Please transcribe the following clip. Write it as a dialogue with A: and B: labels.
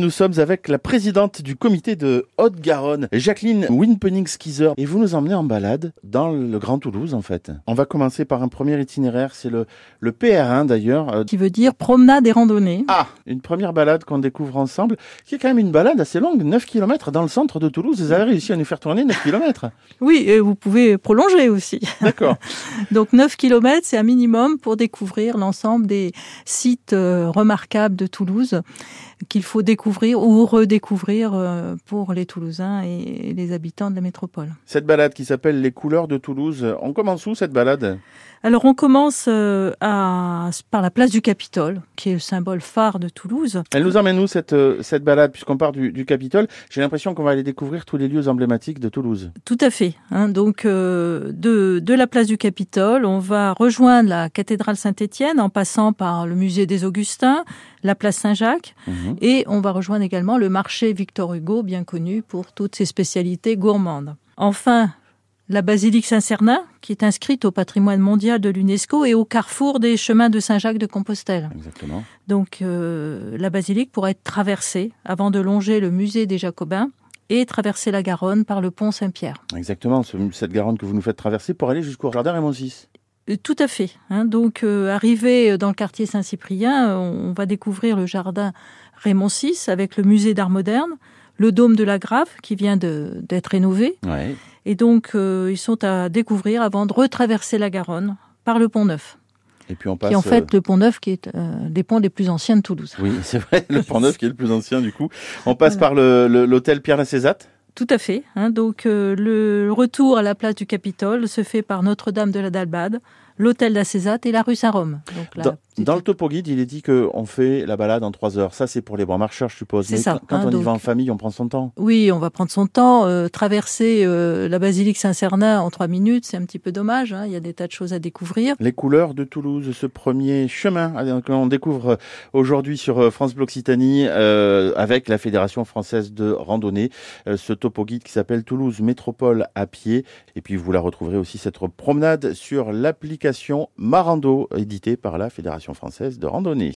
A: Nous sommes avec la présidente du comité de Haute-Garonne, Jacqueline Winpening-Skizer, et vous nous emmenez en balade dans le Grand Toulouse, en fait. On va commencer par un premier itinéraire, c'est le, le PR1 d'ailleurs. Euh,
B: qui veut dire promenade et randonnée.
A: Ah, une première balade qu'on découvre ensemble, qui est quand même une balade assez longue, 9 km dans le centre de Toulouse. Vous avez réussi à nous faire tourner 9 km.
B: Oui, et vous pouvez prolonger aussi.
A: D'accord.
B: Donc 9 km, c'est un minimum pour découvrir l'ensemble des sites euh, remarquables de Toulouse qu'il faut découvrir ou redécouvrir euh, pour les Toulousains et les habitants de la métropole.
A: Cette balade qui s'appelle Les couleurs de Toulouse, euh, on commence où cette balade
B: Alors on commence euh, à, par la place du Capitole, qui est le symbole phare de Toulouse.
A: Elle nous emmène où cette, euh, cette balade, puisqu'on part du, du Capitole J'ai l'impression qu'on va aller découvrir tous les lieux emblématiques de Toulouse.
B: Tout à fait. hein. donc, euh, de, de la place du Capitole, on va rejoindre la cathédrale Saint-Étienne en passant par le musée des Augustins, la place Saint-Jacques,
A: Mhm.
B: et on va rejoindre également le marché Victor Hugo, bien connu pour toutes ses spécialités gourmandes. Enfin, la basilique Saint-Cernin, qui est inscrite au patrimoine mondial de l'UNESCO et au carrefour des chemins de Saint-Jacques de Compostelle.
A: Exactement.
B: Donc euh, la basilique pourra être traversée avant de longer le musée des Jacobins et traverser la Garonne par le pont Saint-Pierre.
A: Exactement, ce- cette Garonne que vous nous faites traverser pour aller jusqu'au jardin Raymond VI.
B: Euh, Tout à fait. hein. Donc, euh, arrivé dans le quartier Saint-Cyprien, euh, on va découvrir le jardin Raymond VI avec le musée d'art moderne, le dôme de la Grave qui vient de- d'être rénové.
A: Ouais.
B: Et donc, euh, ils sont à découvrir avant de retraverser la Garonne par le Pont Neuf,
A: Et puis on passe.
B: qui est en
A: euh,
B: fait le Pont Neuf qui est euh, des ponts les plus anciens de Toulouse.
A: Oui, c'est vrai, le pont neuf qui est le plus ancien du coup. On passe par l'hôtel le, l'hôtel Pierre Lacézate.
B: Tout à fait. hein. donc, euh, le retour à la place du Capitole se fait par Notre-Dame de la Dalbade, l'hôtel d'Acésate et la rue Saint-Rome. Donc, la
A: Dans,
B: petite-
A: dans le topo guide, il est dit qu'on fait la balade en trois heures. Ça, c'est pour les bons marcheurs, je suppose.
B: C'est
A: Mais
B: ça,
A: quand- Quand
B: hein,
A: on y
B: donc-
A: va en famille, on prend son temps.
B: Oui, on va prendre son temps. euh, traverser euh, la basilique Saint-Cernin en trois minutes, c'est un petit peu dommage. hein, Il y a des tas de choses à découvrir.
A: Les couleurs de Toulouse, ce premier chemin euh, que l'on découvre aujourd'hui sur euh, France Bleu Occitanie euh, avec la Fédération française de randonnée, euh, ce topo guide qui s'appelle Toulouse Métropole à pied. Et puis vous la retrouverez aussi cette promenade sur l'application Marando, éditée par la Fédération française de randonnée.